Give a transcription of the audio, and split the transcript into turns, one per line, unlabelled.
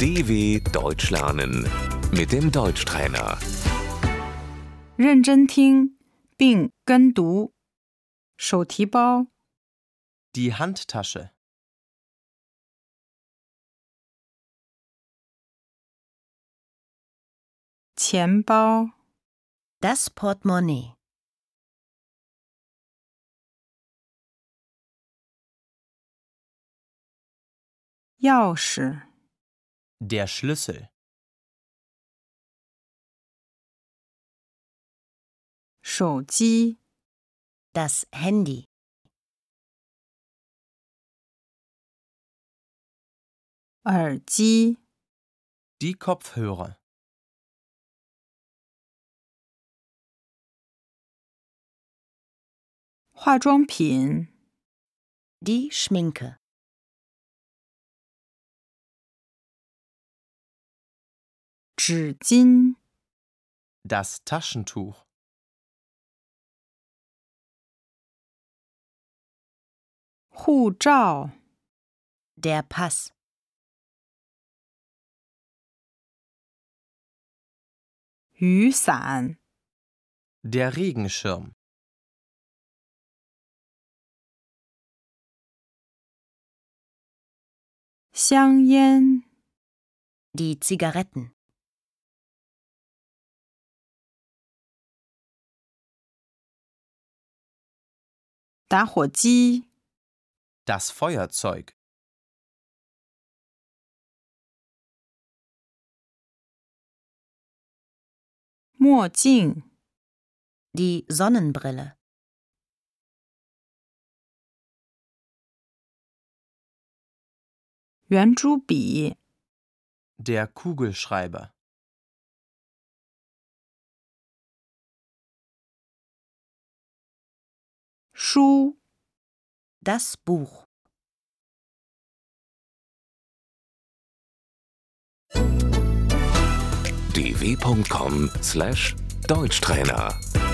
DW Deutsch lernen mit dem Deutschtrainer.
认真听并跟读。手提包、
Die Handtasche.
钱包、
Das Portemonnaie.
钥匙、
Der Schlüssel.
手机、
Das Handy.
耳机、
Die Kopfhörer.
化妆品、
Die Schminke.
纸巾、
Das Taschentuch.
护照、
Der Pass.
雨伞、
Der Regenschirm.
香烟、
Die Zigaretten.
打火机、
Das Feuerzeug.
墨镜、
Die Sonnenbrille.
圆珠笔、
Der Kugelschreiber.
书、
Das Buch.
dw.com/deutschtrainer